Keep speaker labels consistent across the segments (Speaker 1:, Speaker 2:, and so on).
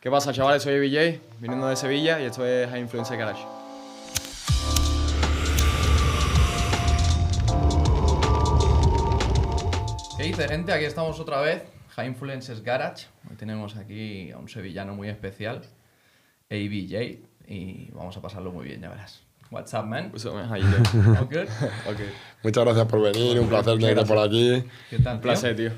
Speaker 1: ¿Qué pasa, chavales? Soy BJ, viniendo de Sevilla y esto es High Influencer Garage.
Speaker 2: ¿Qué dice gente? Aquí estamos otra vez, High Influences Garage. Hoy tenemos aquí a un sevillano muy especial, ABJ, y vamos a pasarlo muy bien, ya verás. What's up, man?
Speaker 1: What's up, man? How you doing?
Speaker 2: All good?
Speaker 1: eh. Ok.
Speaker 3: Muchas gracias por venir, un placer tenerte por aquí.
Speaker 2: ¿Qué tal,
Speaker 1: Un placer, tío.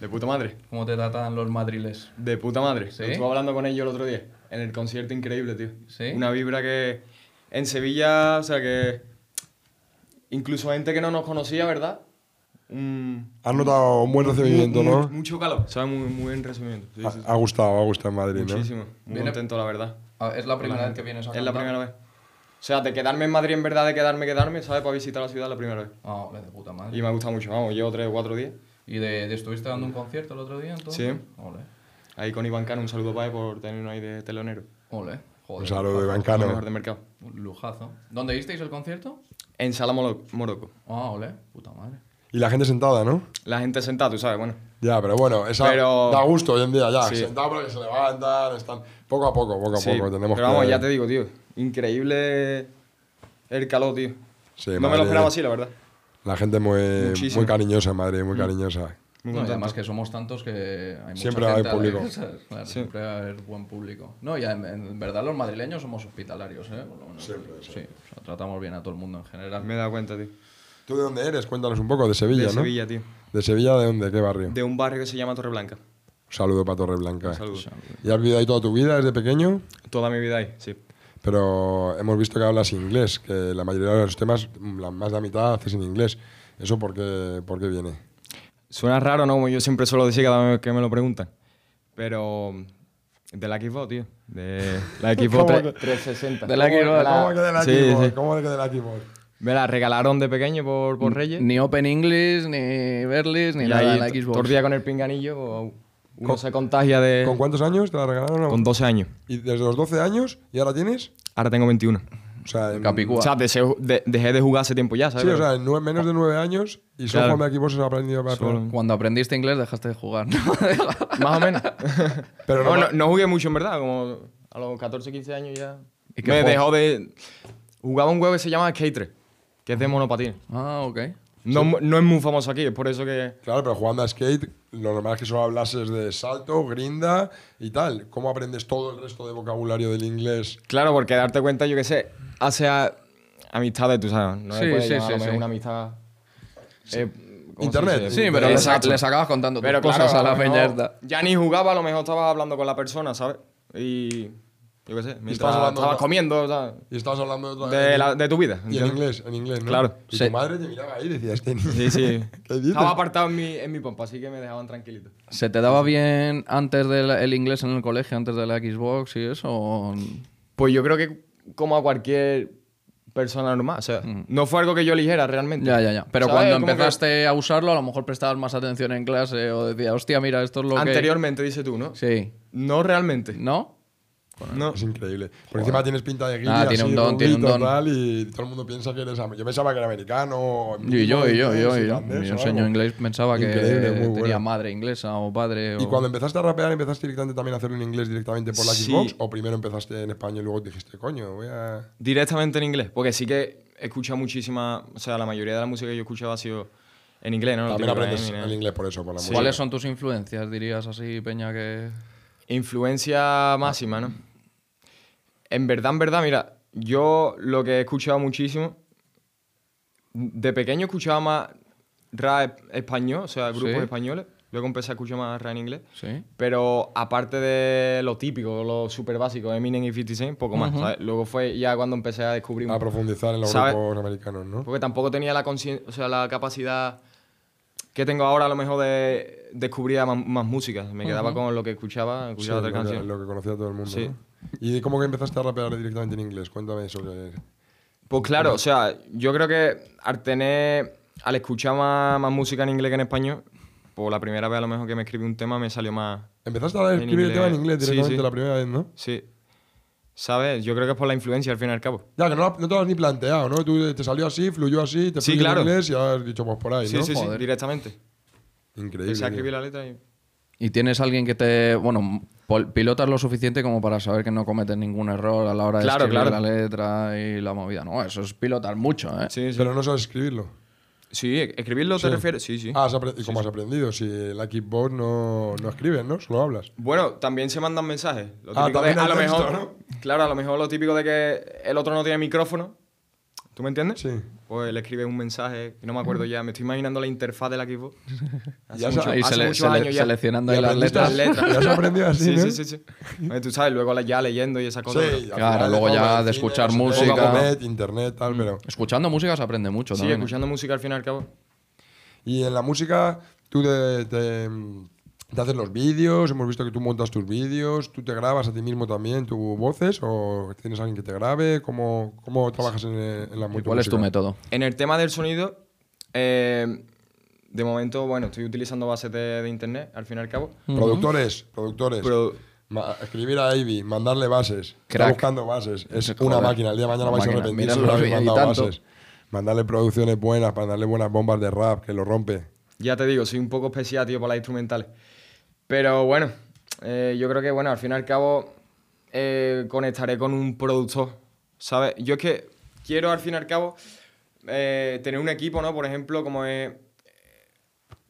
Speaker 1: De puta madre.
Speaker 2: ¿Cómo te tratan los madriles?
Speaker 1: De puta madre.
Speaker 2: ¿Sí?
Speaker 1: Estuve hablando con ellos el otro día. En el concierto increíble, tío.
Speaker 2: ¿Sí?
Speaker 1: Una vibra que. En Sevilla, o sea que. Incluso gente que no nos conocía, ¿verdad? Un.
Speaker 3: Has notado un buen recibimiento,
Speaker 1: mu-
Speaker 3: ¿no? Ah,
Speaker 1: Mucho calor. ¿Sabes? Muy, muy buen resumimiento. Sí, sí, sí.
Speaker 3: Ha ha gustado, ha gustado en Madrid, ¿no?
Speaker 1: Muchísimo. Muy
Speaker 2: Viene-
Speaker 1: contento, la verdad.
Speaker 2: Ah, Es la primera vez que vienes a
Speaker 1: Es la
Speaker 2: cantar?
Speaker 1: primera vez. O sea, de quedarme en Madrid en verdad, de quedarme, quedarme, ¿sabes? Para visitar la ciudad la primera vez.
Speaker 2: Ah, hombre, de puta madre.
Speaker 1: Y me ha gustado mucho, vamos, llevo tres o cuatro días.
Speaker 2: ¿Y de, de estuviste dando un concierto el otro día, entonces?
Speaker 1: Sí.
Speaker 2: Ole,
Speaker 1: Ahí con Iván Cano, un saludo para él por tenernos ahí de telonero.
Speaker 2: ole. Joder,
Speaker 3: Un saludo de
Speaker 1: Lo mejor
Speaker 3: Bancano.
Speaker 1: de mercado.
Speaker 2: un Lujazo. ¿Dónde visteis el concierto?
Speaker 1: En Sala Molo- Morocco.
Speaker 2: Ah, ole, puta madre.
Speaker 3: Y la gente sentada, ¿no?
Speaker 1: La gente sentada, tú sabes, bueno.
Speaker 3: Ya, pero bueno, esa
Speaker 1: Pero-
Speaker 3: da gusto hoy en día, ya.
Speaker 1: Sí.
Speaker 3: Sentado porque se levantan, están... Poco a poco, poco a
Speaker 1: Sí,
Speaker 3: poco, tenemos
Speaker 1: pero vamos,
Speaker 3: que...
Speaker 1: ya te digo, tío. Increíble el calor, tío.
Speaker 3: Sí,
Speaker 1: no me
Speaker 3: Madrid.
Speaker 1: lo esperaba así, la verdad.
Speaker 3: La gente muy,
Speaker 1: Muchísimo. Mm.
Speaker 3: muy cariñosa en Madrid, muy cariñosa.
Speaker 1: Muy
Speaker 2: No, y
Speaker 1: contento.
Speaker 2: además que somos tantos que hay mucha
Speaker 3: Siempre hay
Speaker 2: gente a la
Speaker 3: público.
Speaker 2: que- ¿sabes? Claro,
Speaker 1: Sí.
Speaker 2: Siempre va a haber buen público. No, y en, en verdad los madrileños somos hospitalarios, ¿eh? Por lo menos.
Speaker 3: Siempre,
Speaker 2: Sí, o sea, tratamos bien a todo el mundo en general.
Speaker 1: Me he dado cuenta, tío.
Speaker 3: ¿Tú de dónde eres? Cuéntanos un poco, de Sevilla,
Speaker 1: de
Speaker 3: ¿no?
Speaker 1: Sevilla, tío.
Speaker 3: ¿De Sevilla de dónde? ¿Qué barrio?
Speaker 1: De un barrio que se llama Torreblanca.
Speaker 3: Un saludo para Torreblanca.
Speaker 1: Un saludo.
Speaker 3: ¿Y has vivido ahí toda tu vida desde pequeño?
Speaker 1: Toda mi vida ahí, sí.
Speaker 3: Pero hemos visto que hablas inglés, que la mayoría de los temas, la más de la mitad, haces en inglés. ¿Eso por qué, por qué viene?
Speaker 1: Suena raro, ¿no? Como Yo siempre suelo decir cada vez que me lo preguntan. Pero. De la Xbox, tío. De la Xbox
Speaker 3: ¿Cómo
Speaker 1: tre-
Speaker 3: que-
Speaker 1: 360. De la Xbox.
Speaker 3: del
Speaker 1: Sí,
Speaker 3: equipo?
Speaker 1: sí.
Speaker 3: ¿Cómo que del equipo?
Speaker 1: Me la regalaron de pequeño por, por Reyes.
Speaker 2: Ni Open English, ni Berlis, ni
Speaker 1: y
Speaker 2: nada
Speaker 1: ahí,
Speaker 2: de la Xbox.
Speaker 1: todo el día con el pinganillo, uno se contagia de.
Speaker 3: ¿Con cuántos años te la regalaron?
Speaker 1: Eh, con 12 años.
Speaker 3: ¿Y desde los 12 años? ¿Y ahora tienes?
Speaker 1: Ahora tengo 21.
Speaker 3: O sea, en,
Speaker 2: Capicúa.
Speaker 1: O sea, deseo- de- dejé de jugar hace tiempo ya, ¿sabes?
Speaker 3: sí, o sea, en nue- menos de 9 años y solo
Speaker 1: Claro.
Speaker 3: jugando aquí vos has aprendido a
Speaker 1: Solo.
Speaker 2: Cuando aprendiste inglés dejaste de jugar. ¿no?
Speaker 1: Más o menos.
Speaker 3: Pero
Speaker 1: no,
Speaker 3: no ma-
Speaker 1: no, no jugué mucho, en verdad. Como a los 14, 15 años ya.
Speaker 2: ¿Y qué
Speaker 1: Me
Speaker 2: juego?
Speaker 1: dejó de. Jugaba un juego que se llama Skate 3, que es de monopatín.
Speaker 2: ah, ok.
Speaker 1: No, no es muy famoso aquí, es por eso que.
Speaker 3: Claro, pero jugando a skate, lo normal es que solo hablases de salto, grinda y tal. ¿Cómo aprendes todo el resto de vocabulario del inglés?
Speaker 1: Claro, porque darte cuenta, yo qué sé, hace a- amistades, tú sabes. No
Speaker 2: Sí,
Speaker 1: le puedes
Speaker 2: sí,
Speaker 1: llamar a lo
Speaker 2: sí,
Speaker 1: mejor
Speaker 2: sí.
Speaker 1: una amistad. eh, ¿cómo se
Speaker 3: Internet.
Speaker 1: dice?
Speaker 2: Sí, pero les,
Speaker 1: Exacto.
Speaker 2: les acabas contando tus
Speaker 1: Pero
Speaker 2: cosas
Speaker 1: claro,
Speaker 2: a la
Speaker 1: lo
Speaker 2: peña
Speaker 1: mejor
Speaker 2: esta.
Speaker 1: Ya ni jugaba, a lo mejor estabas hablando con la persona, ¿sabes? Y. Yo qué sé, mientras
Speaker 3: hablando-
Speaker 1: estabas comiendo, ¿sabes?
Speaker 3: Y estabas hablando de otra
Speaker 1: De, la- de tu vida.
Speaker 3: Y en
Speaker 1: ¿entiendes?
Speaker 3: inglés, en inglés, ¿no?
Speaker 1: Claro.
Speaker 3: Y
Speaker 2: Sí.
Speaker 3: tu madre te miraba ahí y decía, este niño.
Speaker 1: Sí, sí.
Speaker 3: ¿Qué dices?
Speaker 1: Estaba apartado en mi, en mi pompa, así que me dejaban tranquilito.
Speaker 2: ¿Se te daba bien antes del el inglés en el colegio, antes de la Xbox y eso? o-
Speaker 1: Pues yo creo que como a cualquier persona normal, o sea, no fue algo que yo eligiera realmente.
Speaker 2: Mm. Ya, ya, ya. Pero
Speaker 1: ¿Sabes?
Speaker 2: cuando
Speaker 1: Como que-
Speaker 2: empezaste a usarlo, a lo mejor prestabas más atención en clase o decías, hostia, mira, esto es lo
Speaker 1: Anteriormente, dices tú, ¿no?
Speaker 2: que... Sí.
Speaker 1: No realmente.
Speaker 2: ¿No?
Speaker 1: No.
Speaker 3: Es increíble. Porque encima tienes pinta de guiri,
Speaker 2: Nada,
Speaker 3: así,
Speaker 2: Ah, tiene un don, tiene un
Speaker 3: rubito,
Speaker 2: don.
Speaker 3: tal, y todo el mundo piensa que eres... am- Yo pensaba que era americano. o
Speaker 2: Y yo, y yo, y yo, y
Speaker 3: inglés,
Speaker 2: yo.
Speaker 3: irlandés,
Speaker 2: Yo
Speaker 3: o
Speaker 2: enseño
Speaker 3: algo.
Speaker 2: inglés, pensaba que
Speaker 3: Increíble, muy
Speaker 2: tenía
Speaker 3: bueno.
Speaker 2: madre inglesa o padre.
Speaker 3: ¿Y
Speaker 2: o-
Speaker 3: cuando empezaste a rapear, empezaste directamente también a hacerlo en inglés directamente por la
Speaker 1: Sí.
Speaker 3: Xbox? ¿O primero empezaste en español y luego dijiste, coño, voy a...?
Speaker 1: Directamente en inglés, porque sí que escucha muchísima, o sea, la mayoría de la música que yo escuchaba ha sido en inglés, ¿no? Lo
Speaker 3: También
Speaker 1: típico de
Speaker 3: aprendes
Speaker 1: Eminem.
Speaker 3: el inglés por eso, por la música.
Speaker 2: ¿Cuáles son tus influencias, dirías así, Peña, que...?
Speaker 1: Influencia máxima, ¿no? En verdad, en verdad, mira, yo lo que he escuchado muchísimo, de pequeño escuchaba más rap español, o sea, grupos
Speaker 2: Sí.
Speaker 1: españoles, luego empecé a escuchar más rap en inglés,
Speaker 2: Sí.
Speaker 1: pero aparte de lo típico, lo súper básico, Eminem y 50 Cent, poco más, ¿sabes? Luego fue ya cuando empecé a descubrir un
Speaker 3: A profundizar en los
Speaker 1: ¿Sabes?
Speaker 3: grupos americanos,
Speaker 2: Pues,
Speaker 3: ¿no?
Speaker 1: Porque tampoco tenía la conscien- o sea, la capacidad que tengo ahora a lo mejor de descubrir a más, más música. Me quedaba con lo que escuchaba,
Speaker 3: Sí,
Speaker 1: escuchaba
Speaker 3: lo,
Speaker 1: otra
Speaker 3: que,
Speaker 1: canción.
Speaker 3: lo que conocía todo el mundo,
Speaker 1: Sí.
Speaker 3: ¿no? ¿Y cómo que empezaste a rapear directamente en inglés? Cuéntame eso. que-
Speaker 1: Pues claro, o sea, yo creo que al tener, al escuchar más, más música en inglés que en español, por la primera vez a lo mejor que me escribí un tema me salió más...
Speaker 3: Empezaste a escribir el
Speaker 1: inglés.
Speaker 3: tema en inglés
Speaker 1: Sí,
Speaker 3: directamente
Speaker 1: sí.
Speaker 3: la primera vez, ¿no?
Speaker 1: Sí. ¿Sabes? Yo creo que es por la influencia al fin y al cabo.
Speaker 3: Ya, que no, la- no te lo has ni planteado, ¿no? Tú te salió así, fluyó así, te
Speaker 1: Sí,
Speaker 3: fluyó
Speaker 1: claro.
Speaker 3: en inglés y has dicho, pues por ahí,
Speaker 1: Sí,
Speaker 3: ¿no?
Speaker 1: sí, sí,
Speaker 2: Joder.
Speaker 1: directamente.
Speaker 3: Increíble.
Speaker 1: Empecé a
Speaker 3: tío.
Speaker 1: escribir la letra y...
Speaker 2: ¿Y tienes alguien que te... Bueno,
Speaker 4: pol- pilotas lo suficiente como para saber que no cometen ningún error a la hora de
Speaker 1: Claro,
Speaker 4: escribir
Speaker 1: claro.
Speaker 4: la letra y la movida. No, eso es pilotar mucho, ¿eh?
Speaker 1: Sí, sí.
Speaker 3: Ah, Pero no sabes escribirlo.
Speaker 1: Sí, e- escribirlo te refieres. Sí, sí.
Speaker 3: Ah, has apre- ¿y cómo has aprendido? Si el Xbox no, no escribes, ¿no? Solo hablas.
Speaker 1: Bueno, también se mandan mensajes. Lo típico
Speaker 3: Ah,
Speaker 1: de-
Speaker 3: también hay
Speaker 1: a lo
Speaker 3: texto,
Speaker 1: mejor.
Speaker 3: ¿no?
Speaker 1: Claro, a lo mejor lo típico de que el otro no tiene micrófono. ¿Tú me entiendes?
Speaker 3: Sí.
Speaker 1: Pues le escribe un mensaje, que no me acuerdo ya, me estoy imaginando la interfaz del equipo. Hace
Speaker 3: Ya
Speaker 1: mucho-
Speaker 3: sabes,
Speaker 4: Ahí
Speaker 1: hace
Speaker 4: sele-
Speaker 1: muchos
Speaker 4: sele-
Speaker 1: años ya.
Speaker 4: seleccionando
Speaker 3: ¿Y
Speaker 4: ahí las
Speaker 3: aprendiste
Speaker 4: letras.
Speaker 1: Las letras.
Speaker 3: Ya se aprendió así,
Speaker 1: Sí,
Speaker 3: ¿no?
Speaker 1: sí, sí, sí. Oye, Tú sabes, luego la- ya leyendo y esas cosas.
Speaker 3: y
Speaker 1: ¿no?
Speaker 3: al
Speaker 4: Claro,
Speaker 3: final
Speaker 4: luego
Speaker 3: es
Speaker 4: ya
Speaker 3: todo
Speaker 4: de
Speaker 3: el
Speaker 4: escuchar
Speaker 3: no sé
Speaker 1: música.
Speaker 3: qué,
Speaker 1: Mm.
Speaker 3: Internet, internet, tal, pero...
Speaker 4: Escuchando música se aprende mucho
Speaker 1: Sí,
Speaker 4: también. ¿eh?
Speaker 1: escuchando música al fin y al cabo.
Speaker 3: Y en la música, tú te, te, te haces los vídeos, hemos visto que tú montas tus vídeos, tú te grabas a ti mismo también tus voces o tienes alguien que te grabe, ¿cómo, cómo trabajas en, en la
Speaker 4: ¿Y
Speaker 3: música?
Speaker 4: cuál es tu método?
Speaker 1: En el tema del sonido, eh, de momento, bueno, estoy utilizando bases de, de internet, al fin y al cabo.
Speaker 3: Productores, productores.
Speaker 1: Pero
Speaker 3: Ma- escribir a Ivy, mandarle bases. Está
Speaker 4: Crack.
Speaker 3: buscando bases. Es
Speaker 4: Joder.
Speaker 3: una máquina. El día de mañana
Speaker 4: Una
Speaker 3: vais a
Speaker 4: máquina.
Speaker 3: arrepentirse de
Speaker 4: Míralo
Speaker 3: no haber
Speaker 4: bien y
Speaker 3: mandado
Speaker 4: tanto.
Speaker 3: bases. Mandarle producciones buenas, mandarle buenas bombas de rap, que lo rompe.
Speaker 1: ya te digo, soy un poco especial, tío, para las instrumentales. Pero bueno, eh, yo creo que, bueno, al fin y al cabo, eh, conectaré con un productor, ¿sabes? Yo es que quiero, al fin y al cabo, eh, tener un equipo, ¿no? Por ejemplo, como es eh,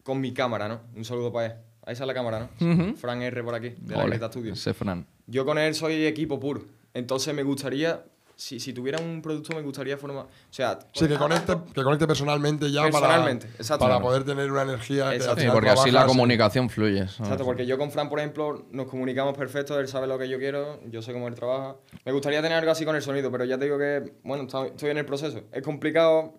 Speaker 1: con mi cámara, ¿no? Un saludo para él. Ahí está la cámara, ¿no? Fran R por aquí, de la
Speaker 4: Ole,
Speaker 1: Greta Studio.
Speaker 4: ese Fran.
Speaker 1: Yo con él soy equipo puro. Entonces me gustaría, si, si tuviera un producto, me gustaría formar. O sea,
Speaker 3: Sí, que conecte, que conecte personalmente ya para-
Speaker 1: Personalmente,
Speaker 3: para,
Speaker 1: exacto.
Speaker 3: poder tener una energía. que al
Speaker 1: Exacto.
Speaker 4: Sí,
Speaker 3: final
Speaker 4: porque así la
Speaker 3: trabajas.
Speaker 4: comunicación fluye. ¿sabes?
Speaker 1: Exacto, porque yo con Fran, por ejemplo, nos comunicamos perfecto, él sabe lo que yo quiero, yo sé cómo él trabaja. Me gustaría tener algo así con el sonido, pero ya te digo que, bueno, está- estoy en el proceso. Es complicado.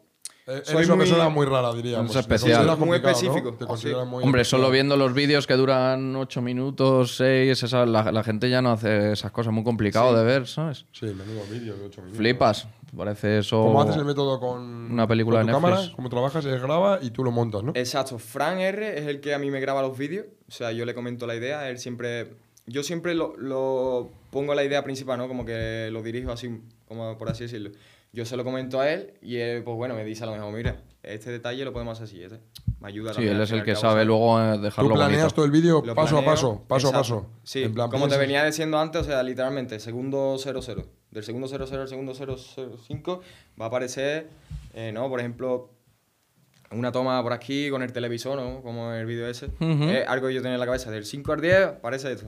Speaker 3: Eh, Eres
Speaker 1: Soy
Speaker 3: una
Speaker 1: muy-
Speaker 3: persona muy rara, diríamos.
Speaker 4: Es
Speaker 3: Te
Speaker 4: especial.
Speaker 3: consideras
Speaker 1: Muy
Speaker 3: complicado, ¿no?
Speaker 1: específico.
Speaker 3: Te consideras
Speaker 1: Sí.
Speaker 3: muy
Speaker 4: Hombre,
Speaker 3: especial.
Speaker 4: solo viendo los vídeos que duran 8 minutos, 6, esa, la, la gente ya no hace esas cosas, muy complicado de ver, ¿sabes?
Speaker 3: Sí, menudo vídeo de 8 minutos.
Speaker 4: Flipas, parece eso.
Speaker 3: ¿Cómo haces el método con
Speaker 4: Una película
Speaker 3: con
Speaker 4: de
Speaker 3: tu
Speaker 4: Netflix. Eh,
Speaker 3: cámara? ¿Cómo trabajas? Se graba y tú lo montas, ¿no?
Speaker 1: Exacto, Fran R es el que a mí me graba los vídeos, o sea, yo le comento la idea, él siempre... Yo siempre lo, lo pongo la idea principal, ¿no? Como que lo dirijo así, como por así decirlo. Yo se lo comento a él y él, pues bueno, me dice a lo mejor, mira, este detalle lo podemos hacer así, este. Me ayuda.
Speaker 4: Sí,
Speaker 1: también,
Speaker 4: él
Speaker 1: al
Speaker 4: es
Speaker 1: fin
Speaker 4: el
Speaker 1: y al
Speaker 4: que
Speaker 1: cabo,
Speaker 4: sabe
Speaker 1: ¿sabes?
Speaker 4: luego eh,
Speaker 3: Tú
Speaker 4: dejarlo
Speaker 3: planeas
Speaker 4: bonito.
Speaker 3: todo el vídeo
Speaker 1: Lo
Speaker 3: paso a
Speaker 1: planeo,
Speaker 3: paso, paso a
Speaker 1: exacto.
Speaker 3: paso.
Speaker 1: Sí,
Speaker 3: En plan, pues,
Speaker 1: como te
Speaker 3: piensas-
Speaker 1: venía diciendo antes, o sea, literalmente, segundo 00. Del segundo 00 al segundo 005 va a aparecer, eh, ¿no? Por ejemplo, una toma por aquí con el televisor, ¿no? Como en el vídeo ese.
Speaker 4: Ujú.
Speaker 1: Eh, algo que yo tenía en la cabeza. Del 5 al 10 aparece esto.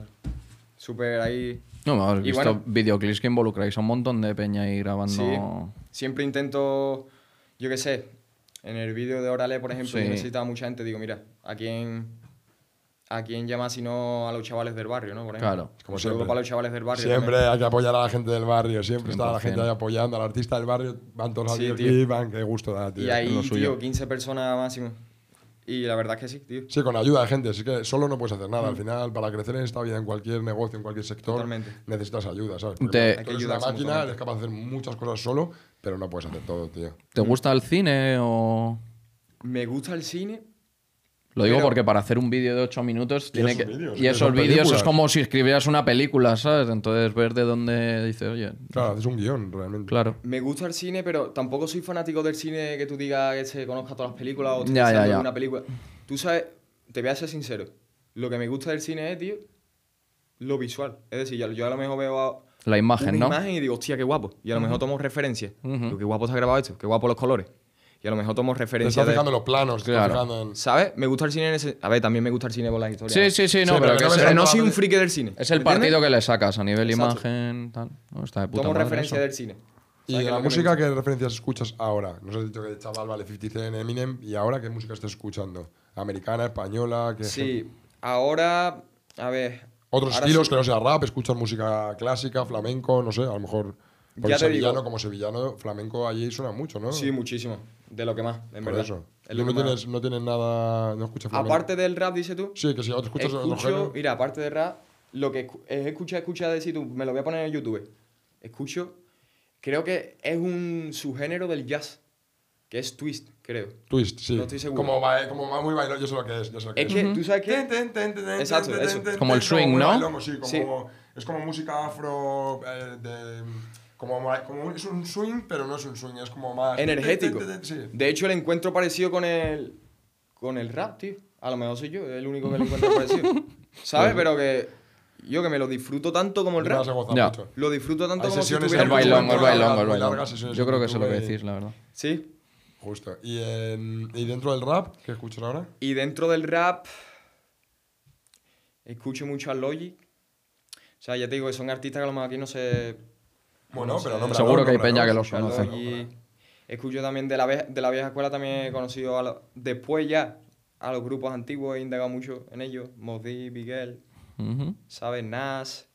Speaker 1: Súper ahí.
Speaker 4: No, me has
Speaker 1: Y
Speaker 4: visto
Speaker 1: bueno.
Speaker 4: videoclips que involucráis a un montón de peña ahí grabando.
Speaker 1: Sí. Siempre intento, yo qué sé, en el vídeo de Orale, por ejemplo,
Speaker 4: Sí.
Speaker 1: yo necesitaba mucha gente. Digo, mira, ¿a quién, ¿a quién llama si no a los chavales del barrio, no? Por ejemplo.
Speaker 4: Claro.
Speaker 3: Como
Speaker 1: Un saludo
Speaker 3: siempre.
Speaker 1: para los chavales del barrio.
Speaker 3: Siempre hay que apoyar a la gente del barrio, siempre está la
Speaker 4: 100%.
Speaker 3: gente ahí apoyando, al artista del barrio, van todos los
Speaker 1: Sí,
Speaker 3: videos
Speaker 1: tío.
Speaker 3: y van, qué gusto da, tío.
Speaker 1: Y ahí,
Speaker 4: lo suyo.
Speaker 1: tío, 15 personas máximo. Y la verdad es que sí, tío.
Speaker 3: Sí, con ayuda de gente, es que solo no puedes hacer nada.
Speaker 1: Mm.
Speaker 3: Al final, para crecer en esta vida, en cualquier negocio, en cualquier sector,
Speaker 1: Totalmente.
Speaker 3: necesitas ayuda, ¿sabes?
Speaker 4: Te-
Speaker 3: Porque
Speaker 4: Hay
Speaker 1: que
Speaker 3: tú eres una
Speaker 1: ayudarse
Speaker 3: máquina,
Speaker 1: mutuamente.
Speaker 3: eres capaz de hacer muchas cosas solo, pero no puedes hacer todo, tío.
Speaker 4: ¿Te gusta el cine o.?
Speaker 1: Me gusta el cine.
Speaker 4: Lo digo
Speaker 1: Pero-
Speaker 4: porque para hacer un vídeo de 8 minutos tiene
Speaker 3: esos
Speaker 4: que.
Speaker 3: vídeos,
Speaker 4: y
Speaker 3: que
Speaker 4: esos
Speaker 3: son
Speaker 4: vídeos es
Speaker 3: películas.
Speaker 4: como si escribieras una película, ¿sabes? Entonces ver de dónde dices, oye,
Speaker 3: Claro, haces un guión, realmente.
Speaker 4: claro.
Speaker 1: Me gusta el cine, pero tampoco soy fanático del cine que tú digas que se conozca todas las películas o te
Speaker 4: Ya, ya,
Speaker 1: salga
Speaker 4: ya.
Speaker 1: una película. Tú sabes, te voy a ser sincero. Lo que me gusta del cine es, tío, lo visual. Es decir, yo- yo a lo mejor veo a
Speaker 4: La imagen, ¿no?
Speaker 1: una imagen y digo, hostia, qué guapo. Y a lo mejor tomo referencia. Digo, qué guapo está grabado esto, qué guapo los colores. Y a lo mejor tomo
Speaker 3: Te
Speaker 1: referencia.
Speaker 3: estás
Speaker 1: de-
Speaker 3: fijando en los planos, te
Speaker 4: Claro.
Speaker 3: estás fijando en...
Speaker 1: ¿Sabes? Me gusta el cine en ese. A ver, también me gusta el cine por las historias.
Speaker 4: Sí, sí, sí, no,
Speaker 3: Sí,
Speaker 4: pero
Speaker 3: pero
Speaker 4: que
Speaker 3: no
Speaker 4: es,
Speaker 3: me
Speaker 1: Pero
Speaker 4: es-
Speaker 1: no soy un friki del cine.
Speaker 4: es el
Speaker 1: ¿me entiendes?
Speaker 4: partido que le sacas a nivel
Speaker 1: Exacto.
Speaker 4: imagen, tal. No, está de puta
Speaker 1: Tomo
Speaker 4: madre
Speaker 1: referencia
Speaker 4: eso.
Speaker 1: del cine.
Speaker 3: Y
Speaker 1: ¿Sabes qué
Speaker 3: de
Speaker 1: es
Speaker 3: la
Speaker 1: lo que me
Speaker 3: música,
Speaker 1: gusta?
Speaker 3: ¿qué referencias escuchas ahora? Nos has dicho que de chaval vale 50 Cent, Eminem, ¿y ahora qué música estás escuchando? ¿Americana, española? Qué
Speaker 1: Sí, ahora, a ver.
Speaker 3: Otros
Speaker 1: ahora
Speaker 3: estilos
Speaker 1: sí-
Speaker 3: que no sea rap, escuchas música clásica, flamenco, no sé, a lo mejor. Porque
Speaker 1: Ya te
Speaker 3: sevillano,
Speaker 1: digo.
Speaker 3: como sevillano, flamenco allí suena mucho, ¿no?
Speaker 1: Sí, muchísimo. De lo que más, en
Speaker 3: Por
Speaker 1: verdad.
Speaker 3: eso.
Speaker 1: Es
Speaker 3: Tú
Speaker 1: lo
Speaker 3: no,
Speaker 1: que más-
Speaker 3: tienes, no tienes nada. No escuchas flamenco.
Speaker 1: Aparte del rap, dices tú.
Speaker 3: Sí, que si ahora escuchas. otro
Speaker 1: escucho,
Speaker 3: género,
Speaker 1: mira, aparte del rap, lo que escu- es escucha, escucha decir tú, me lo voy a poner en YouTube. Escucho, creo que es un subgénero del jazz, que es twist, creo.
Speaker 3: twist, sí.
Speaker 1: no estoy seguro.
Speaker 3: Como va, eh, como va muy bailón, yo sé lo que es. Yo sé lo que
Speaker 1: Es que, ¿tú sabes qué?
Speaker 3: Ten, ten, ten, ten, ten,
Speaker 1: Exacto,
Speaker 3: ten,
Speaker 1: eso.
Speaker 3: ten, ten,
Speaker 4: Como el
Speaker 3: ten,
Speaker 4: swing,
Speaker 3: muy
Speaker 4: ¿no?
Speaker 3: bailongo, sí, como-
Speaker 1: Sí.
Speaker 3: Es como música afro. eh, de, como, ma- como es un swing, pero no es un swing, es como más.
Speaker 1: Energético.
Speaker 3: ten, ten, ten, ten, sí.
Speaker 1: De hecho, el encuentro parecido con el, con el rap, tío. A lo mejor soy yo, el único que le encuentro parecido. ¿Sabes? Pero que yo que me lo disfruto tanto como el
Speaker 3: Te vas a
Speaker 1: rap.
Speaker 3: gozar
Speaker 2: Ya.
Speaker 3: mucho.
Speaker 1: Lo disfruto tanto
Speaker 3: Hay
Speaker 1: como si
Speaker 3: sesiones
Speaker 1: tuviera
Speaker 2: El
Speaker 3: en
Speaker 1: mucho
Speaker 2: bailón,
Speaker 3: muy
Speaker 2: el
Speaker 1: tiempo.
Speaker 2: bailón, el
Speaker 3: largas, muy
Speaker 2: bailón.
Speaker 3: largas sesiones
Speaker 2: Yo creo que eso es lo que
Speaker 3: en
Speaker 2: decís, la verdad.
Speaker 1: Sí.
Speaker 3: Justo. ¿Y, en- ¿Y dentro del rap? ¿Qué escuchas ahora?
Speaker 1: Y dentro del rap, escucho mucho a Logic. O sea, ya te digo que son artistas que a lo mejor aquí no se.
Speaker 3: Bueno,
Speaker 1: no se-
Speaker 3: pero no me la-
Speaker 2: Seguro que hay
Speaker 3: hombre,
Speaker 2: peña
Speaker 3: no,
Speaker 2: que los
Speaker 1: a
Speaker 2: conoce.
Speaker 1: Logic. Escucho también de la, vieja, de la vieja escuela, también he conocido a los- después ya a los grupos antiguos, he indagado mucho en ellos. Modi, Miguel,
Speaker 2: Ujú.
Speaker 1: ¿sabes? Nas.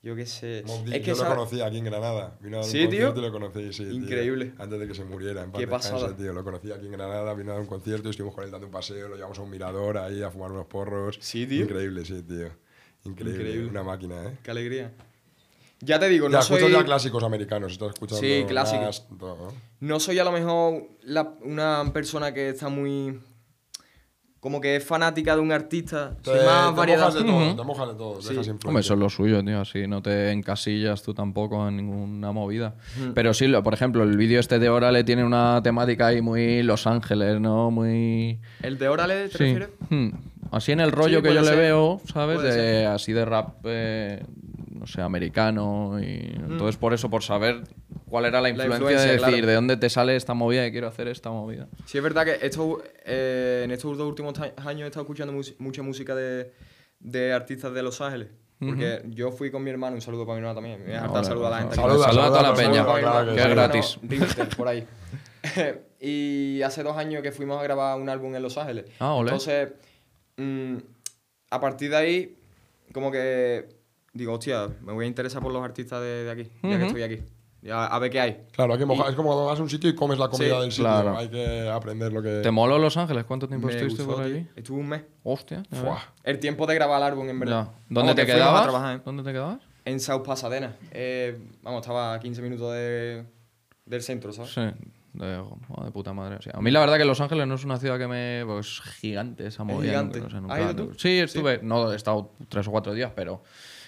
Speaker 1: Yo qué sé.
Speaker 3: Mobb Deep,
Speaker 1: es que
Speaker 3: yo lo
Speaker 1: sabe-
Speaker 3: conocí aquí en Granada. Vino a un
Speaker 1: ¿Sí, tío?
Speaker 3: concierto y lo conocí, sí. tío.
Speaker 1: Increíble.
Speaker 3: Antes de que se muriera. En paz
Speaker 1: Qué
Speaker 3: descanse,
Speaker 1: pasada.
Speaker 3: tío. Lo conocí aquí en Granada, vino a dar un concierto y estuvimos con él dando un paseo, lo llevamos a un mirador ahí a fumar unos porros.
Speaker 1: Sí, tío.
Speaker 3: Increíble, sí, tío. Increíble.
Speaker 1: Increíble.
Speaker 3: Una máquina, ¿eh?
Speaker 1: Qué alegría. Ya te digo,
Speaker 3: ya,
Speaker 1: no
Speaker 3: escuchas
Speaker 1: soy,
Speaker 3: ya clásicos americanos, estás escuchando
Speaker 1: Sí, clásicos.
Speaker 3: Nas, todo, ¿no?
Speaker 1: no soy a lo mejor la- una persona que está muy... Como que es fanática de un artista. Soy
Speaker 3: Te-
Speaker 1: más
Speaker 3: te
Speaker 1: variedad.
Speaker 3: mojas Pues, de todo, te mojas de todo, dejas influencia.
Speaker 2: Hombre, eso es lo suyo, tío. Así no te encasillas tú tampoco en ninguna movida. Pero sí, lo- por ejemplo, el vídeo este de Orale tiene una temática ahí muy Los Ángeles, ¿no? Muy.
Speaker 1: ¿El de Órale te
Speaker 2: Sí.
Speaker 1: refieres?
Speaker 2: Hmm. Así en el rollo que
Speaker 1: puede
Speaker 2: yo le
Speaker 1: ser.
Speaker 2: veo, ¿sabes?
Speaker 1: Puede
Speaker 2: De-
Speaker 1: ser.
Speaker 2: así de rap, eh, no sé, americano. Y... Entonces, por eso, por saber cuál era la influencia, de
Speaker 1: Hmm. influencia,
Speaker 2: decir,
Speaker 1: claro.
Speaker 2: ¿de dónde te sale esta movida que quiero hacer esta movida?
Speaker 1: Sí, es verdad que estos, eh, en estos dos últimos ta- años he estado escuchando mus- mucha música de, de artistas de Los Ángeles. Porque yo fui con mi hermano, un saludo para mi hermano también. Me harta
Speaker 2: Ahora,
Speaker 1: saludar a la gente.
Speaker 3: Saluda,
Speaker 2: Saluda,
Speaker 3: saluda,
Speaker 2: a toda la
Speaker 3: saluda,
Speaker 2: peña,
Speaker 3: saluda, claro
Speaker 2: que,
Speaker 3: que
Speaker 2: es
Speaker 3: sí.
Speaker 2: gratis.
Speaker 1: Bueno, Richter, por ahí. y hace dos años que fuimos a grabar un álbum en Los Ángeles.
Speaker 2: Ah, olé.
Speaker 1: Entonces, mm, a partir de ahí, como que digo, hostia, me voy a interesar por los artistas de, de aquí, ya que estoy aquí. Ya, a ver qué hay.
Speaker 3: Claro, hay que mojar. Es como cuando vas a un sitio y comes la comida
Speaker 1: Sí,
Speaker 3: del sitio.
Speaker 2: claro.
Speaker 3: Hay que aprender lo que.
Speaker 2: ¿Te moló Los Ángeles? ¿Cuánto tiempo
Speaker 1: Me
Speaker 2: Pues estuviste
Speaker 1: gustó,
Speaker 2: por
Speaker 1: tío.
Speaker 2: allí?
Speaker 1: Estuve un mes.
Speaker 2: Hostia. ya
Speaker 3: Fuah.
Speaker 2: ves.
Speaker 1: El tiempo de grabar el álbum, en verdad.
Speaker 2: Ya. ¿Dónde
Speaker 1: Vamos,
Speaker 2: te
Speaker 1: que fuimos a
Speaker 2: quedabas?
Speaker 1: trabajar, ¿eh?
Speaker 2: ¿Dónde te quedabas?
Speaker 1: En South Pasadena. Eh, vamos, estaba a 15 minutos de- del centro, ¿sabes?
Speaker 2: Sí. De, oh, de puta madre. o sea, a mí la verdad que Los Ángeles no es una ciudad que me... Pues es gigante esa movida.
Speaker 1: gigante.
Speaker 2: nunca- o sea, nunca-
Speaker 1: ¿Has ido tú?
Speaker 2: Sí, estuve... No, he estado tres o cuatro días, pero...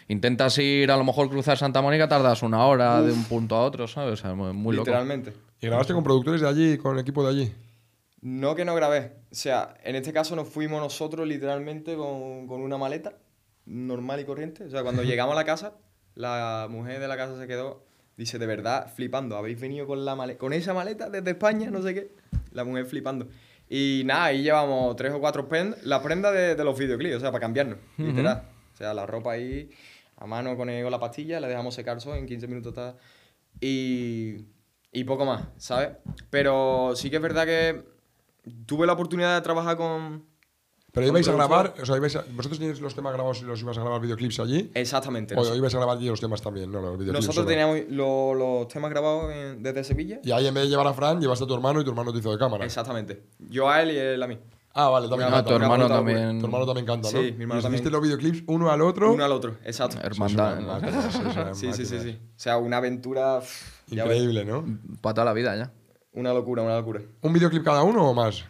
Speaker 2: Intentas ir, a lo mejor cruzar Santa Mónica, tardas una hora de un punto a otro, ¿sabes? O sea, muy, muy loco.
Speaker 1: Literalmente.
Speaker 3: ¿Y grabaste con productores de allí, con el equipo de allí?
Speaker 1: No que no grabé. O sea, en este caso nos fuimos nosotros literalmente con, con una maleta normal y corriente. O sea, cuando llegamos a la casa, la mujer de la casa se quedó, dice, de verdad, flipando. Habéis venido con, la male- con esa maleta desde España, no sé qué. La mujer flipando. Y nada, ahí llevamos tres o cuatro prendas, la prenda de, de los videoclips, o sea, para cambiarnos, literal. O sea, la ropa ahí a mano con, el- con la pastilla, la dejamos secar solo, en 15 minutos está... Y, y poco más, ¿sabes? Pero sí que es verdad que tuve la oportunidad de trabajar con...
Speaker 3: Pero ibais a
Speaker 1: Con
Speaker 3: grabar, o sea, ibais a- vosotros teníais los temas grabados y los ibas a grabar videoclips allí.
Speaker 1: Exactamente.
Speaker 3: O ibais a grabar allí los temas también, no los videoclips.
Speaker 1: Nosotros
Speaker 3: solo.
Speaker 1: teníamos lo- los temas grabados en- desde Sevilla.
Speaker 3: Y ahí en vez de llevar a Fran, llevaste a tu hermano y tu hermano te hizo de cámara.
Speaker 1: Exactamente. Yo a él y él a mí.
Speaker 3: Ah, vale, también
Speaker 2: Ah,
Speaker 3: canta.
Speaker 2: tu
Speaker 1: Me ha
Speaker 2: hermano
Speaker 1: apuntado,
Speaker 2: también...
Speaker 3: Tu hermano también canta, ¿no?
Speaker 1: Sí, mi hermano
Speaker 3: Les diste
Speaker 1: también.
Speaker 3: los videoclips uno al otro. Ah,
Speaker 1: Uno al otro, exacto.
Speaker 2: Hermandad.
Speaker 3: Sois
Speaker 2: ¿no?
Speaker 3: una máquina, sois una
Speaker 1: Sí, sí, sí,
Speaker 3: máquina. ¿eh?
Speaker 1: sí. O sea, una aventura... pff, ya ves.
Speaker 3: Increíble, ¿no?
Speaker 2: Para toda la vida ya.
Speaker 1: Una locura, una locura.
Speaker 3: ¿Un videoclip cada uno o más?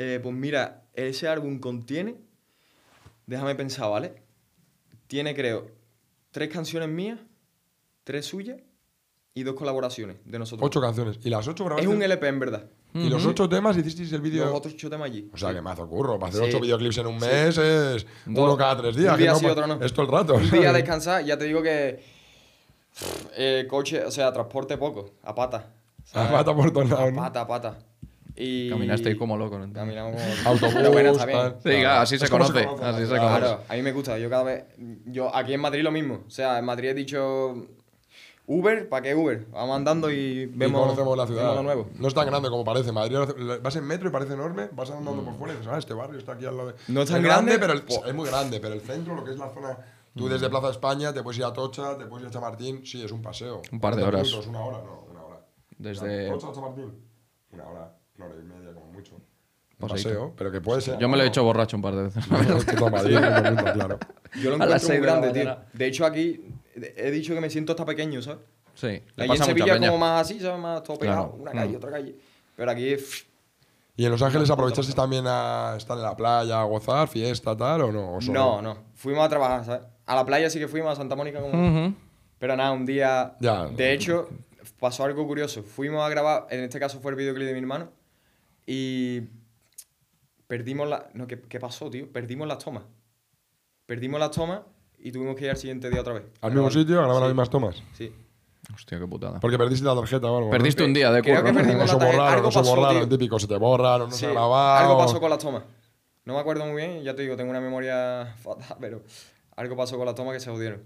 Speaker 1: Eh, pues mira, ese álbum contiene, déjame pensar, ¿vale? Tiene, creo, tres canciones mías, tres suyas y dos colaboraciones de nosotros.
Speaker 3: Ocho canciones. ¿Y las ocho
Speaker 1: Es
Speaker 3: grabaste?
Speaker 1: un LP, en verdad.
Speaker 3: Y los ocho temas hicisteis el vídeo.
Speaker 1: Los otros ocho temas allí.
Speaker 3: O sea, que mazo curro. Para hacer
Speaker 1: Sí.
Speaker 3: ocho videoclips en un mes es uno
Speaker 1: Dos.
Speaker 3: cada tres días.
Speaker 1: Un
Speaker 3: que
Speaker 1: día
Speaker 3: no
Speaker 1: sí,
Speaker 3: pa-
Speaker 1: otro no.
Speaker 3: Es todo el rato.
Speaker 1: Un día
Speaker 3: ¿sabes?
Speaker 1: descansar, ya te digo que. pff, eh, coche, o sea, transporte poco, a pata.
Speaker 3: A
Speaker 1: ¿sabes?
Speaker 3: pata por todos lados.
Speaker 1: A
Speaker 3: ¿no?
Speaker 1: pata, a pata. Y...
Speaker 2: Caminasteis como locos, ¿no?
Speaker 1: Caminamos como locos.
Speaker 3: Autobús,
Speaker 1: Pero bueno, está bien.
Speaker 3: tal.
Speaker 2: Sí, claro, así
Speaker 3: Es
Speaker 2: se
Speaker 3: como
Speaker 2: conoce, así se
Speaker 3: claro.
Speaker 2: conoce.
Speaker 1: Claro, a mí me gusta. Yo cada vez. Yo aquí en Madrid lo mismo. O sea, en Madrid he dicho. Uber, ¿para qué Uber? Vamos andando y
Speaker 3: Y
Speaker 1: vemos,
Speaker 3: conocemos la ciudad.
Speaker 1: vemos lo nuevo.
Speaker 3: No es tan grande como parece. Madrid vas en metro y parece enorme, vas andando por fuera y dices, ah, este barrio está aquí al lado. de-".
Speaker 1: No es tan grande,
Speaker 3: pero el- es muy grande, pero el centro, lo que es la zona, tú
Speaker 1: Mm.
Speaker 3: desde Plaza España te puedes ir a Tocha, te puedes ir a Chamartín, sí, es un paseo.
Speaker 2: Un par de
Speaker 3: 40
Speaker 2: horas.
Speaker 3: minutos, una hora, no, una hora.
Speaker 2: Desde-
Speaker 3: Tocha a Chamartín, una hora, una hora y media como mucho. Un
Speaker 2: Paseíto.
Speaker 3: paseo, pero que puede ser.
Speaker 2: Yo me lo he
Speaker 3: No,
Speaker 2: hecho borracho un par de veces.
Speaker 3: no, es que todo Madrid, es muy bonito, claro.
Speaker 1: Yo lo encuentro
Speaker 2: A las
Speaker 1: muy
Speaker 2: seis de la
Speaker 1: grande, tío.
Speaker 2: mañana.
Speaker 1: De hecho, aquí he dicho que me siento hasta pequeño, ¿sabes?
Speaker 2: Sí. Le
Speaker 1: Allí en
Speaker 2: pasa a mucha
Speaker 1: Sevilla
Speaker 2: peña.
Speaker 1: como más así, ¿sabes? Más todo pegado.
Speaker 2: Claro. Mm.
Speaker 1: Una calle, otra calle. Pero aquí. pff,
Speaker 3: ¿Y en Los Ángeles aprovechaste también a estar en la playa, a gozar, fiesta, tal, o no? ¿O solo?
Speaker 1: No, no. Fuimos a trabajar, ¿sabes? A la playa sí que fuimos, a Santa Mónica como...
Speaker 2: Ujú.
Speaker 1: Pero nada, un día...
Speaker 3: Ya.
Speaker 1: De hecho, pasó algo curioso. Fuimos a grabar, en este caso fue el videoclip de mi hermano, y perdimos la... No, ¿qué, qué pasó, tío? Perdimos las tomas. Perdimos las tomas y tuvimos que ir al siguiente día otra vez.
Speaker 3: Al mismo sitio, a grabar las mismas tomas.
Speaker 1: Sí.
Speaker 2: Hostia, qué putada.
Speaker 3: Porque perdiste la tarjeta o algo. ¿no?
Speaker 2: Perdiste un día de
Speaker 1: Creo
Speaker 2: curro.
Speaker 1: que
Speaker 2: ¿no?
Speaker 1: perdimos-
Speaker 3: Eso
Speaker 1: la tarjeta.
Speaker 3: borraron,
Speaker 1: Algo
Speaker 3: eso
Speaker 1: pasó,
Speaker 3: borraron,
Speaker 1: tío.
Speaker 3: el típico, se te borraron, no
Speaker 1: Sí,
Speaker 3: se grabaron.
Speaker 1: Algo pasó con las tomas. No me acuerdo muy bien, ya te digo, tengo una memoria fatal, pero algo pasó con las tomas que se jodieron.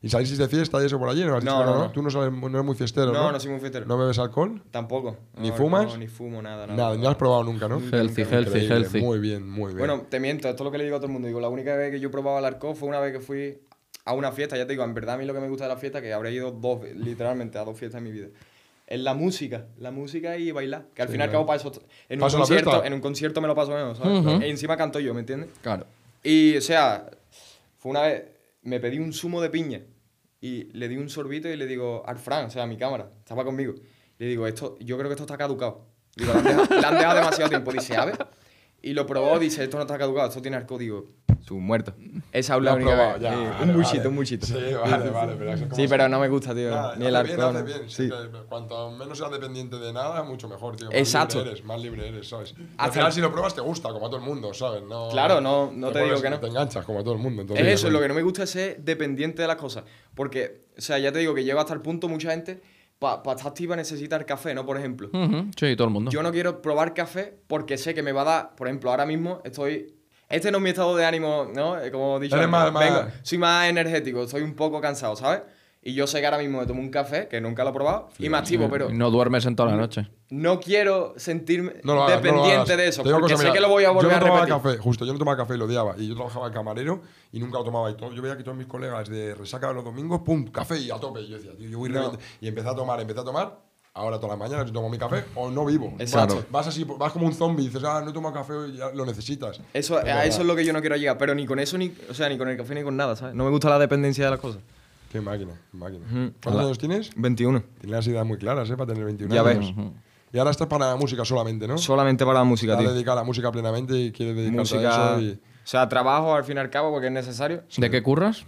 Speaker 3: ¿Y salís de fiesta y eso por allí? No, Has dicho
Speaker 1: No,
Speaker 3: que
Speaker 1: no, no.
Speaker 3: Tú no, sales- no eres muy fiestero, ¿no?
Speaker 1: No, no soy muy fiestero.
Speaker 3: ¿No bebes alcohol?
Speaker 1: Tampoco.
Speaker 3: ¿Ni
Speaker 1: No,
Speaker 3: fumas?
Speaker 1: no, ni fumo, nada, nada.
Speaker 3: Nada, ni lo has probado nunca, ¿no?
Speaker 2: Healthy, healthy,
Speaker 3: Increíble,
Speaker 2: healthy.
Speaker 3: Muy bien, muy bien.
Speaker 1: Bueno, te miento, esto es lo que le digo a todo el mundo. Digo, la única vez que yo probaba el arco fue una vez que fui a una fiesta. Ya te digo, en verdad a mí lo que me gusta de la fiesta, que habré ido dos, ve- literalmente a dos fiestas en mi vida, es la música. La música y bailar. Que al final y al cabo para eso- En un,
Speaker 3: ¿Paso la
Speaker 1: concierto,
Speaker 3: fiesta?
Speaker 1: en un concierto me lo paso menos, ¿sabes? E encima canto yo, ¿me entiendes?
Speaker 2: Claro.
Speaker 1: Y, o sea, fue una vez, me pedí un zumo de piña y le di un sorbito y le digo al Fran, o sea, a mi cámara, estaba conmigo. Le digo, esto, yo creo que esto está caducado. Digo, le han dejado, le han dejado demasiado tiempo. Dice, a ver. Y lo probó, dice, esto no está caducado, esto tiene arco. Digo, su muerto. Esa es
Speaker 3: Lo
Speaker 1: la
Speaker 3: has
Speaker 1: única
Speaker 3: probado,
Speaker 1: vez.
Speaker 3: ya.
Speaker 1: Sí,
Speaker 3: vale,
Speaker 1: un buchito,
Speaker 3: vale.
Speaker 1: un buchito.
Speaker 3: Sí, vale, vale. Pero eso es como
Speaker 1: Sí, pero no me gusta, tío.
Speaker 3: Nada,
Speaker 1: ni el
Speaker 3: hace bien,
Speaker 1: arco.
Speaker 3: hace
Speaker 1: no.
Speaker 3: bien,
Speaker 1: Sí.
Speaker 3: siempre. Cuanto menos seas dependiente de nada, mucho mejor, tío. Más
Speaker 1: Exacto.
Speaker 3: Libre eres, más libre eres, ¿sabes? Y Al
Speaker 1: Hasta-
Speaker 3: final, si lo pruebas, te gusta, como a todo el mundo, ¿sabes? No,
Speaker 1: Claro, no- no te digo
Speaker 3: pones-
Speaker 1: que no.
Speaker 3: Te enganchas, como a todo el mundo.
Speaker 1: Es eso, lo que no me gusta es ser dependiente de las cosas. Porque, o sea, ya te digo que llego hasta el punto, mucha gente, para estar activa necesita el café, ¿no? Por ejemplo.
Speaker 2: Ujú, Sí, todo el mundo.
Speaker 1: Yo no quiero probar café porque sé que me va a dar, por ejemplo, ahora mismo estoy... Este no es mi estado de ánimo, ¿no? Eh, Como he dicho,
Speaker 3: Eres
Speaker 1: antes,
Speaker 3: más- más-
Speaker 1: vengo- soy más energético, estoy un poco cansado, ¿sabes? Y yo sé que ahora mismo me tomo un café, que nunca lo he probado, y me activo, pero
Speaker 2: Eh, No duermes en toda la noche.
Speaker 1: no quiero sentirme
Speaker 3: No lo hagas, no lo
Speaker 1: dependiente
Speaker 3: hagas.
Speaker 1: de eso,
Speaker 3: Te digo
Speaker 1: porque
Speaker 3: cosa,
Speaker 1: sé
Speaker 3: mira,
Speaker 1: que lo voy a volver
Speaker 3: yo
Speaker 1: a
Speaker 3: no tomaba
Speaker 1: repetir.
Speaker 3: café, justo, yo no tomaba café y lo odiaba. Y yo trabajaba de camarero y nunca lo tomaba. Y todo, yo veía que todos mis colegas de resaca los domingos, pum, café y a tope. Y yo decía, tío, yo voy revent- Y empecé a tomar, empecé a tomar. Ahora todas las mañanas tomo mi café o no vivo.
Speaker 1: Exacto.
Speaker 3: Vas, vas así, vas como un zombie, dices, ah, no tomo café, hoy, ya lo necesitas.
Speaker 1: Eso, a eso es lo que yo no quiero llegar, pero ni con eso, ni, o sea, ni con el café, ni con nada, ¿sabes? No me gusta la dependencia de las cosas.
Speaker 3: Qué máquina, qué máquina. ¿Cuántos años tienes?
Speaker 1: 21.
Speaker 3: Tienes las ideas muy claras, ¿eh? Para tener 21
Speaker 1: Ya ves.
Speaker 3: años. Y ahora estás para la música solamente, ¿no?
Speaker 1: Solamente para la música,
Speaker 3: Estás
Speaker 1: tío.
Speaker 3: dedicada a la música plenamente y quieres dedicarte a
Speaker 1: Música...
Speaker 3: eso. Y...
Speaker 1: O sea, trabajo al fin y al cabo porque es necesario.
Speaker 2: ¿De qué curras?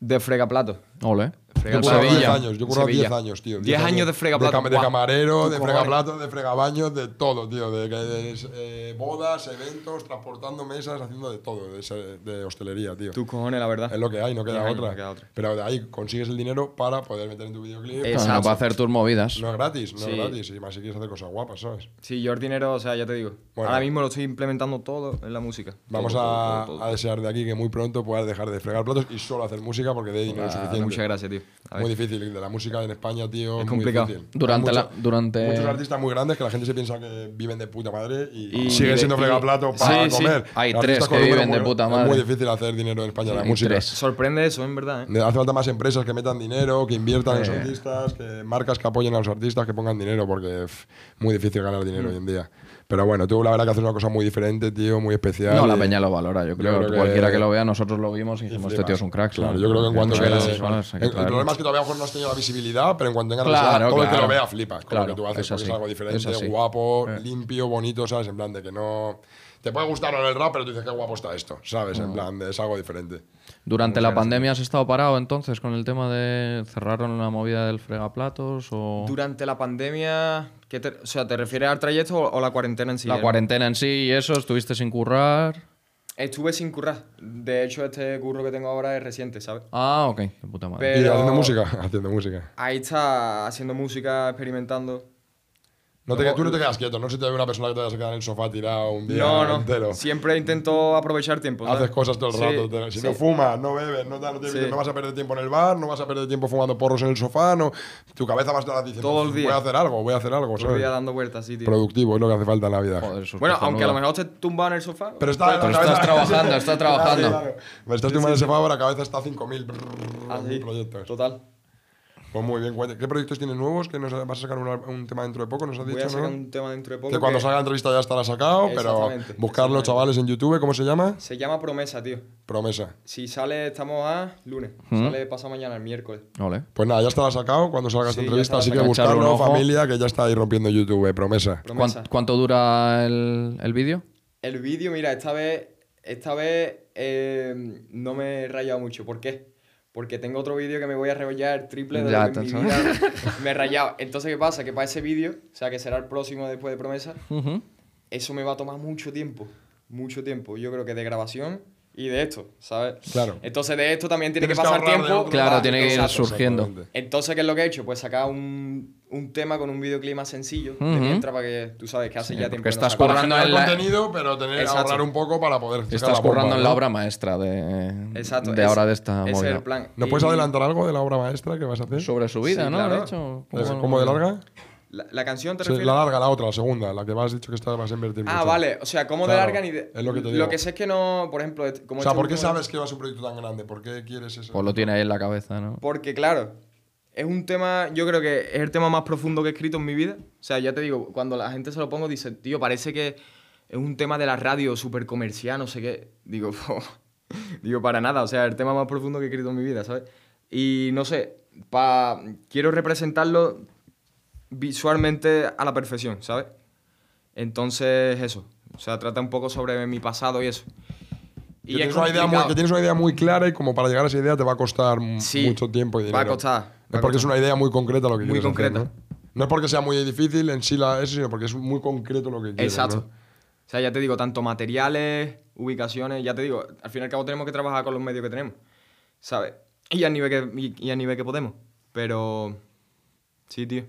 Speaker 1: De fregaplato.
Speaker 2: Ole.
Speaker 3: Yo
Speaker 1: Fregaplato.
Speaker 3: curro 10
Speaker 2: Sevilla.
Speaker 3: años, yo curro
Speaker 1: Sevilla.
Speaker 3: 10 años, tío.
Speaker 1: 10 años de fregaplato,
Speaker 3: De, cam- de
Speaker 1: guau.
Speaker 3: camarero, de
Speaker 1: Cojones.
Speaker 3: fregaplatos, de fregabaños, de todo, tío. De, de- de- eh, bodas, eventos, transportando mesas, haciendo de todo, de, ser- de hostelería, tío.
Speaker 1: Tus cojones, la verdad.
Speaker 3: Es lo que hay, no queda,
Speaker 1: Diez años,
Speaker 3: otra.
Speaker 1: no queda otra.
Speaker 3: Pero de ahí consigues el dinero para poder meter en tu videoclip.
Speaker 1: Eh,
Speaker 2: Claro,
Speaker 1: Exacto.
Speaker 2: para hacer tus movidas.
Speaker 3: No es gratis, no
Speaker 1: Sí.
Speaker 3: es gratis. Y más si quieres hacer cosas guapas, ¿sabes?
Speaker 1: Sí, yo el dinero, o sea, ya te digo.
Speaker 3: Bueno.
Speaker 1: Ahora mismo lo estoy implementando todo en la música.
Speaker 3: Vamos
Speaker 1: Todo,
Speaker 3: a,
Speaker 1: todo, todo, todo.
Speaker 3: a desear de aquí que muy pronto puedas dejar de fregar platos y solo hacer música porque de dinero
Speaker 1: Ah,
Speaker 3: suficiente.
Speaker 1: Muchas gracias, tío. A ver.
Speaker 3: Muy difícil, de la música en España, tío.
Speaker 1: Es
Speaker 3: muy
Speaker 1: complicado.
Speaker 3: difícil.
Speaker 2: Durante
Speaker 3: Hay
Speaker 2: la- durante-
Speaker 3: Muchos artistas muy grandes que la gente se piensa que viven de puta madre y,
Speaker 1: Y-
Speaker 3: siguen
Speaker 1: y-
Speaker 3: siendo
Speaker 1: y-
Speaker 3: fregaplatos para
Speaker 1: Sí, sí.
Speaker 3: comer.
Speaker 2: Hay
Speaker 3: Artistas
Speaker 2: tres
Speaker 3: con
Speaker 2: que
Speaker 3: números
Speaker 2: viven de
Speaker 3: muy-
Speaker 2: puta
Speaker 3: Es
Speaker 2: madre.
Speaker 3: muy difícil hacer dinero en España en la
Speaker 2: Hay
Speaker 3: música.
Speaker 2: tres.
Speaker 1: Sorprende eso, en verdad. ¿eh?
Speaker 3: Hace falta más empresas que metan dinero, que inviertan en los artistas, que marcas que apoyen a los artistas, que pongan dinero, porque es muy difícil ganar
Speaker 2: Mm.
Speaker 3: dinero hoy en día. Pero bueno, tú la verdad que haces una cosa muy diferente, tío, muy especial.
Speaker 2: No, la
Speaker 3: y-
Speaker 2: peña lo valora, yo creo.
Speaker 3: creo que-
Speaker 2: Cualquiera que lo vea, nosotros lo vimos y dijimos, este
Speaker 3: flipas.
Speaker 2: tío es un crack.
Speaker 3: Claro, yo creo que en cuanto
Speaker 2: Tiene
Speaker 3: que-
Speaker 2: las visuales, hay que
Speaker 3: el, el
Speaker 2: traerlo.
Speaker 3: problema es que todavía a lo mejor no has tenido la visibilidad, pero en cuanto tengas la
Speaker 2: Claro,
Speaker 3: visibilidad, todo el que
Speaker 2: claro.
Speaker 3: lo vea flipas. Con
Speaker 2: Claro,
Speaker 3: lo que tú haces,
Speaker 2: es
Speaker 3: porque es
Speaker 2: así,
Speaker 3: algo diferente,
Speaker 2: es así. Eh.
Speaker 3: guapo, limpio, bonito, ¿sabes? En plan de que no. Te puede gustar o no el rap, pero tú dices qué guapo está esto, ¿sabes?
Speaker 2: Mm.
Speaker 3: En plan de es algo diferente.
Speaker 2: Durante la pandemia has estado parado entonces con el tema de cerraron la movida del fregaplatos o
Speaker 1: Durante la pandemia, ¿qué te- o sea, ¿te refieres al trayecto o, o la cuarentena en sí?
Speaker 2: la
Speaker 1: Eh,
Speaker 2: cuarentena en sí y eso, estuviste sin currar.
Speaker 1: Estuve sin currar. De hecho, este curro que tengo ahora es reciente, ¿sabes?
Speaker 2: Ah, ok, de puta madre.
Speaker 1: Pero-
Speaker 3: Y haciendo música, haciendo música.
Speaker 1: Ahí está haciendo música, experimentando.
Speaker 3: No te, tú no te quedas quieto, no se te ve una persona que te vayas a quedar en el sofá tirado un día
Speaker 1: no, no.
Speaker 3: entero.
Speaker 1: Siempre intento aprovechar tiempo. ¿sabes?
Speaker 3: Haces cosas todo el
Speaker 1: Sí,
Speaker 3: rato. te- si
Speaker 1: sí.
Speaker 3: no fumas, no bebes, no, tal, no, te-
Speaker 1: Sí.
Speaker 3: no vas a perder tiempo en el bar, no vas a perder tiempo fumando porros en el sofá, no, tu cabeza va a estar diciendo,
Speaker 1: Todo el
Speaker 3: voy
Speaker 1: día.
Speaker 3: a hacer algo, voy a hacer algo.
Speaker 1: Todo
Speaker 3: ¿sabes?
Speaker 1: el día dando vueltas, sí, tío.
Speaker 3: productivo, es lo que hace falta en la vida.
Speaker 2: Joder, sus
Speaker 1: Bueno,
Speaker 2: cojonudas.
Speaker 1: aunque a lo mejor esté tumbado en el sofá.
Speaker 3: Pero está en la
Speaker 2: Pero
Speaker 3: cabeza-
Speaker 2: estás trabajando, estás
Speaker 3: Claro,
Speaker 2: trabajando.
Speaker 3: claro. Me estás tomando ese favor, la cabeza está a 5.000 brrr,
Speaker 1: así,
Speaker 3: mil proyectos.
Speaker 1: Total.
Speaker 3: Pues muy bien, cuente. ¿Qué proyectos tienes nuevos? Que nos vas a sacar una- un, tema dentro de poco, nos has
Speaker 1: Voy a
Speaker 3: dicho,
Speaker 1: sacar
Speaker 3: ¿no?
Speaker 1: un tema dentro de poco.
Speaker 3: Que cuando
Speaker 1: que
Speaker 3: salga la entrevista ya estará sacado, pero
Speaker 1: Exactamente,
Speaker 3: buscarlo,
Speaker 1: exactamente.
Speaker 3: chavales, en YouTube, ¿cómo se llama?
Speaker 1: Se llama Promesa, tío.
Speaker 3: Promesa.
Speaker 1: Si sale, estamos a lunes. Sale pasado mañana, el miércoles.
Speaker 2: Ole.
Speaker 3: Pues nada, ya estará sacado cuando salga esta
Speaker 1: Sí, ya
Speaker 3: entrevista,
Speaker 1: estará
Speaker 3: así que
Speaker 2: sacado. Echarle un
Speaker 3: buscarlo,
Speaker 2: ojo.
Speaker 3: familia, que ya está ahí rompiendo YouTube, eh, promesa.
Speaker 2: ¿Cuán-
Speaker 1: Promesa.
Speaker 2: ¿Cuánto dura el, el vídeo?
Speaker 1: El vídeo, mira, esta vez, esta vez eh, no me he rayado mucho. ¿Por qué? Porque tengo otro vídeo que me voy a rayar el triple de
Speaker 2: Ya,
Speaker 1: lo que en mi
Speaker 2: te-
Speaker 1: vida me he rayado. Entonces, ¿qué pasa? Que para ese vídeo, o sea, que será el próximo después de Promesa,
Speaker 2: Ujú.
Speaker 1: eso me va a tomar mucho tiempo. Mucho tiempo. Yo creo que de grabación y de esto, ¿sabes?
Speaker 3: Claro.
Speaker 1: Entonces de esto también tiene que
Speaker 3: Tienes que
Speaker 1: pasar
Speaker 3: ahorrar de
Speaker 1: tiempo.
Speaker 3: otro
Speaker 2: Claro,
Speaker 1: para-
Speaker 2: tiene que ir
Speaker 1: Exacto.
Speaker 2: surgiendo.
Speaker 3: Exactamente.
Speaker 1: Entonces, ¿qué es lo que he hecho? Pues sacar un, un tema con un videoclip más sencillo de
Speaker 2: Ujú.
Speaker 1: mientras para que tú sabes que hace
Speaker 2: Sí,
Speaker 1: ya
Speaker 2: porque
Speaker 1: tiempo. que
Speaker 2: estás
Speaker 1: saco.
Speaker 2: currando
Speaker 3: Generar
Speaker 2: en la-
Speaker 3: contenido, pero tener
Speaker 1: Exacto.
Speaker 3: ahorrar un poco para poder sacar
Speaker 2: Estás
Speaker 3: la bomba,
Speaker 2: currando en la
Speaker 3: ¿no?
Speaker 2: obra maestra de,
Speaker 1: Exacto.
Speaker 2: de
Speaker 1: ese-
Speaker 2: ahora de esta
Speaker 1: ese
Speaker 2: movida.
Speaker 1: es el plan.
Speaker 3: ¿No puedes
Speaker 1: Y
Speaker 3: adelantar algo de la obra maestra que vas a hacer?
Speaker 2: Sobre su vida,
Speaker 1: Sí,
Speaker 2: ¿no?
Speaker 1: claro.
Speaker 2: De hecho,
Speaker 3: ¿Es
Speaker 2: bueno,
Speaker 3: ¿Cómo de larga?
Speaker 1: La, la canción te
Speaker 3: Sí,
Speaker 1: refieres.
Speaker 3: la larga, la otra, la segunda, la que me has dicho que esta vas a invertir
Speaker 1: Ah,
Speaker 3: mucho.
Speaker 1: vale. O sea, ¿cómo de
Speaker 3: Claro,
Speaker 1: larga ni de-
Speaker 3: es lo que te digo.
Speaker 1: sé es que no, por ejemplo, et- como
Speaker 3: O sea,
Speaker 1: este
Speaker 3: ¿por qué
Speaker 1: último-
Speaker 3: sabes que va a ser un proyecto tan grande? ¿Por qué quieres eso?
Speaker 2: Pues lo tiene ahí en la cabeza, ¿no?
Speaker 1: Porque, claro, es un tema, yo creo que es el tema más profundo que he escrito en mi vida. O sea, ya te digo, cuando la gente se lo pongo, dice, tío, parece que es un tema de la radio súper comercial, no sé qué. Digo, "Po". digo, para nada, o sea, el tema más profundo que he escrito en mi vida, ¿sabes? Y no sé, pa- quiero representarlo visualmente a la perfección, ¿sabes? Entonces, eso. O sea, trata un poco sobre mi pasado y eso.
Speaker 3: Que tienes una idea muy,
Speaker 1: complicado.
Speaker 3: que tienes una idea muy clara y como para llegar a esa idea te va a costar m-
Speaker 1: Sí,
Speaker 3: mucho tiempo y dinero.
Speaker 1: va a costar, va
Speaker 3: Es
Speaker 1: a
Speaker 3: porque es una idea muy concreta lo que
Speaker 1: Muy
Speaker 3: quieres hacer,
Speaker 1: concreta.
Speaker 3: ¿no? No es porque sea muy difícil en sí la, eso, sino porque es muy concreto lo que quieres.
Speaker 1: Exacto.
Speaker 3: ¿no?
Speaker 1: O sea, ya te digo, tanto materiales, ubicaciones, ya te digo, al fin y al cabo tenemos que trabajar con los medios que tenemos, ¿sabes? Y al nivel que, y, y al nivel que podemos. Pero, sí, tío.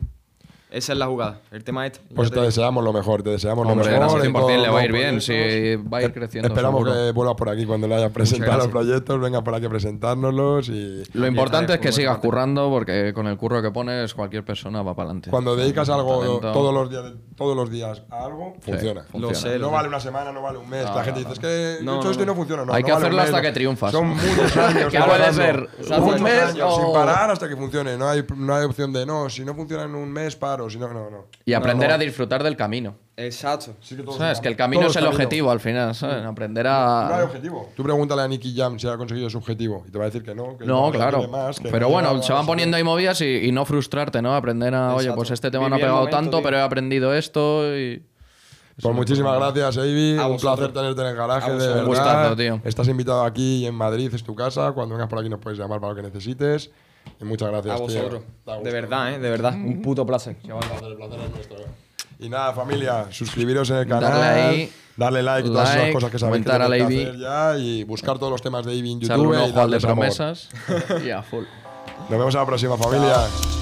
Speaker 1: Esa es la jugada, el tema este. ya
Speaker 3: Pues
Speaker 1: te
Speaker 3: te
Speaker 1: digo.
Speaker 3: deseamos lo mejor, te deseamos
Speaker 2: Hombre,
Speaker 3: lo
Speaker 2: gracias,
Speaker 3: mejor. en
Speaker 2: 100%
Speaker 3: todos
Speaker 2: le va a
Speaker 3: los
Speaker 2: ir bien, sí,
Speaker 3: proyectos.
Speaker 2: va a ir
Speaker 3: Es-
Speaker 2: creciendo,
Speaker 3: Esperamos
Speaker 2: seguro.
Speaker 3: que vuelvas por aquí cuando le hayas presentado los
Speaker 1: gracias.
Speaker 3: proyectos, venga por aquí a presentárnoslos y
Speaker 2: Lo
Speaker 1: estaré
Speaker 2: importante es que
Speaker 1: por
Speaker 2: sigas
Speaker 1: vuestra parte.
Speaker 2: currando porque con el curro que pones cualquier persona va para adelante.
Speaker 3: cuando dedicas algo
Speaker 2: Talento.
Speaker 3: todos los días todos los días a algo, funciona.
Speaker 1: Lo sé,
Speaker 3: No
Speaker 1: lo
Speaker 3: vale una semana, no vale un mes. La gente dice, es que
Speaker 1: No,
Speaker 3: yo he hecho
Speaker 1: no,
Speaker 3: esto y no
Speaker 1: no.
Speaker 3: funciona. No,
Speaker 2: Hay
Speaker 3: no
Speaker 2: que
Speaker 3: vale
Speaker 2: hacerlo
Speaker 3: un
Speaker 2: hasta
Speaker 3: mes.
Speaker 2: que triunfas.
Speaker 3: Son muchos años.
Speaker 2: Que puede
Speaker 3: trabajando.
Speaker 2: ser,
Speaker 3: Son
Speaker 2: un
Speaker 3: muchos
Speaker 2: mes
Speaker 3: años,
Speaker 2: o-
Speaker 3: Sin parar hasta que funcione. No hay, no hay opción de, no, si no funciona en un mes, paro. Si no, no, no.
Speaker 2: Y aprender
Speaker 3: No,
Speaker 2: a disfrutar del camino.
Speaker 1: Exacto.
Speaker 3: sí que todo
Speaker 2: ¿Sabes?
Speaker 3: se
Speaker 2: Que el
Speaker 3: cambia.
Speaker 2: camino
Speaker 3: Todo
Speaker 2: es el
Speaker 3: camino.
Speaker 2: objetivo al final, ¿sabes? Aprender
Speaker 3: No hay
Speaker 2: a.
Speaker 3: objetivo. Tú pregúntale a Nicky Jam si ha conseguido su objetivo y te va a decir que no. Que
Speaker 2: No,
Speaker 3: que
Speaker 2: claro.
Speaker 3: tiene más, que
Speaker 2: pero
Speaker 3: no
Speaker 2: bueno,
Speaker 3: llega
Speaker 2: se
Speaker 3: a
Speaker 2: van
Speaker 3: eso.
Speaker 2: poniendo ahí movidas y, y no frustrarte, ¿no? Aprender a, oye,
Speaker 1: Exacto.
Speaker 2: pues este tema no ha
Speaker 1: Vivir el
Speaker 2: pegado
Speaker 1: momento,
Speaker 2: tanto,
Speaker 1: tío.
Speaker 2: pero he aprendido esto y.
Speaker 3: Pues muchísimas gracias, Avi.
Speaker 1: A
Speaker 3: Un
Speaker 1: vosotros.
Speaker 3: placer tenerte en el garaje.
Speaker 1: A
Speaker 3: De
Speaker 1: vosotros.
Speaker 3: verdad.
Speaker 2: Un gustazo, tío.
Speaker 3: Estás invitado aquí en Madrid, es tu casa. Cuando vengas por aquí nos puedes llamar para lo que necesites. Y muchas gracias,
Speaker 1: A
Speaker 3: tío.
Speaker 1: vosotros.
Speaker 3: Da gusto.
Speaker 1: De verdad, ¿eh? De verdad. Un puto placer. chaval.
Speaker 3: El placer, el placer es nuestro. Y nada, familia, suscribiros en el canal.
Speaker 2: Darle
Speaker 3: Darle,
Speaker 2: ahí.
Speaker 3: like, todas esas
Speaker 2: Like,
Speaker 3: cosas que sabéis que
Speaker 2: comentar a
Speaker 3: tenéis
Speaker 2: la
Speaker 3: que
Speaker 2: Ivy.
Speaker 3: hacer ya y buscar todos los temas de Ivy en
Speaker 2: Echarle
Speaker 3: YouTube
Speaker 2: un
Speaker 3: y
Speaker 2: ojo al de
Speaker 3: darles amor.
Speaker 2: promesas. y a full.
Speaker 3: Nos vemos a la próxima, familia.